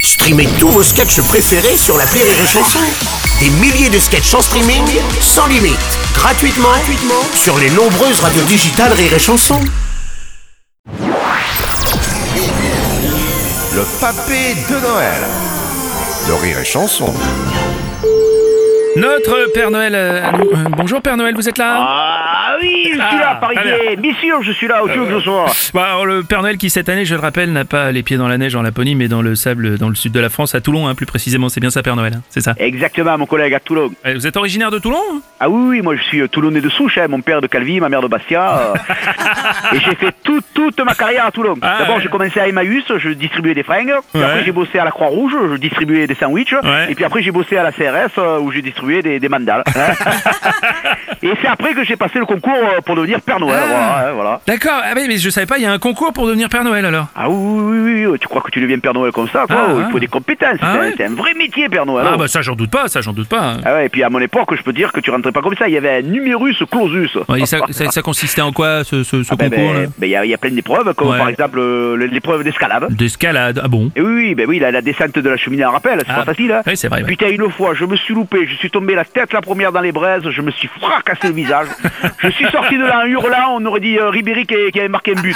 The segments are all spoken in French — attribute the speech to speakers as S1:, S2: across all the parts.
S1: Streamez tous vos sketchs préférés sur la Rire et Chanson. Des milliers de sketchs en streaming, sans limite, gratuitement, gratuitement sur les nombreuses radios digitales Rire et Chanson.
S2: Le papé de Noël. De rire et chanson.
S3: Notre Père Noël euh, à nous. Euh, bonjour Père Noël, vous êtes là
S4: Ah oui, je suis
S3: Ah,
S4: là, Paris
S3: très
S4: Gay. Bien sûr, je suis là, aussi que ce soit.
S3: Bah, alors, Le Père Noël qui cette année, je le rappelle, n'a pas les pieds dans la neige en Laponie, mais dans le sable euh, dans le sud de la France, à Toulon, hein, plus précisément. C'est bien ça Père Noël, hein, c'est ça.
S4: Exactement, mon collègue à Toulon.
S3: Euh, Vous êtes originaire de Toulon hein
S4: Ah oui, oui, moi je suis euh, toulonnais de souche, hein, mon père de Calvi, ma mère de Bastia. euh, et j'ai fait tout- toute ma carrière à Toulon.
S3: Ah,
S4: D'abord,
S3: ouais.
S4: j'ai commencé à Emmaüs, je distribuais des fringues. Puis
S3: Ouais.
S4: après, j'ai bossé à la Croix-Rouge, je distribuais des sandwichs.
S3: Ouais.
S4: Et puis après, j'ai bossé à la CRS, euh, où j'ai distribué des, des mandales. hein. et c'est après que j'ai passé le concours euh, pour devenir Père Noël.
S3: Ah.
S4: Voilà, hein, voilà.
S3: D'accord, ah, oui, mais je savais pas, il y a un concours pour devenir Père Noël alors.
S4: Ah oui, oui, oui, oui, tu crois que tu deviens Père Noël comme ça, quoi
S3: Ah,
S4: Il
S3: ouais.
S4: faut des compétences,
S3: Ah,
S4: c'est un-
S3: ouais.
S4: c'est un vrai métier, Père Noël.
S3: Ah
S4: hein.
S3: bah ça j'en doute pas, ça j'en doute pas. hein.
S4: Ah ouais, et puis à mon époque, je peux dire que tu rentrais pas comme ça, il y avait un numerus clausus.
S3: Ouais, et ça, ça- ça consistait en quoi ce, ce- ce
S4: Ah. Ben,
S3: concours
S4: ben, ben, il y, a- il y a plein d'épreuves, comme
S3: Ouais.
S4: par exemple euh, l'épreuve d'escalade.
S3: D'escalade, ah bon
S4: Et oui, oui, ben oui, la, la descente de la cheminée en rappel, c'est
S3: Ah,
S4: pas facile. Hein.
S3: oui, c'est vrai, ouais.
S4: Putain, une fois, je me suis loupé, je suis tombé la tête la première dans les braises, je me suis fracassé le visage. je suis sorti de là en hurlant, on aurait dit euh, Ribéry qui, qui avait marqué un but.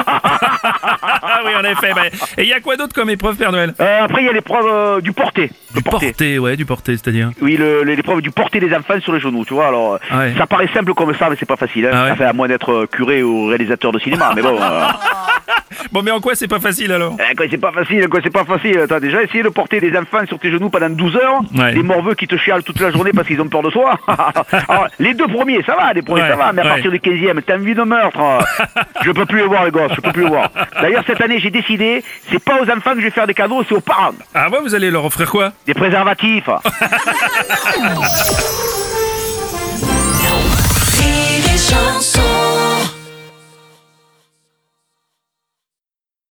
S3: Ah oui en effet, bah, et il y a quoi d'autre comme épreuve Père Noël
S4: Euh, après, il y a l'épreuve euh, du porté. Le
S3: Du porté, ouais, du porté, c'est-à-dire.
S4: Oui, le- le- l'épreuve du porter des enfants sur les genoux, tu vois. Alors, euh,
S3: Ah ouais.
S4: ça paraît simple comme ça, mais c'est pas facile. hein.
S3: Ah ouais.
S4: Enfin, à moins d'être euh, curé ou réalisateur de cinéma, mais bon. euh,
S3: Bon mais en quoi c'est pas facile alors
S4: Eh, Quoi, c'est pas facile, quoi, c'est pas facile. T'as déjà essayé de porter des enfants sur tes genoux pendant 12 heures
S3: Ouais.
S4: Des morveux qui te chialent toute la journée parce qu'ils ont peur de toi Alors, les deux premiers, ça va, les premiers,
S3: Ouais,
S4: ça va, mais à
S3: ouais.
S4: partir du 15e, t'as envie de meurtre. hein. je peux plus les voir, les gosses, je peux plus les voir. D'ailleurs, cette année, j'ai décidé, c'est pas aux enfants que je vais faire des cadeaux, c'est aux parents.
S3: Ah ouais, vous allez leur offrir quoi
S4: Des préservatifs.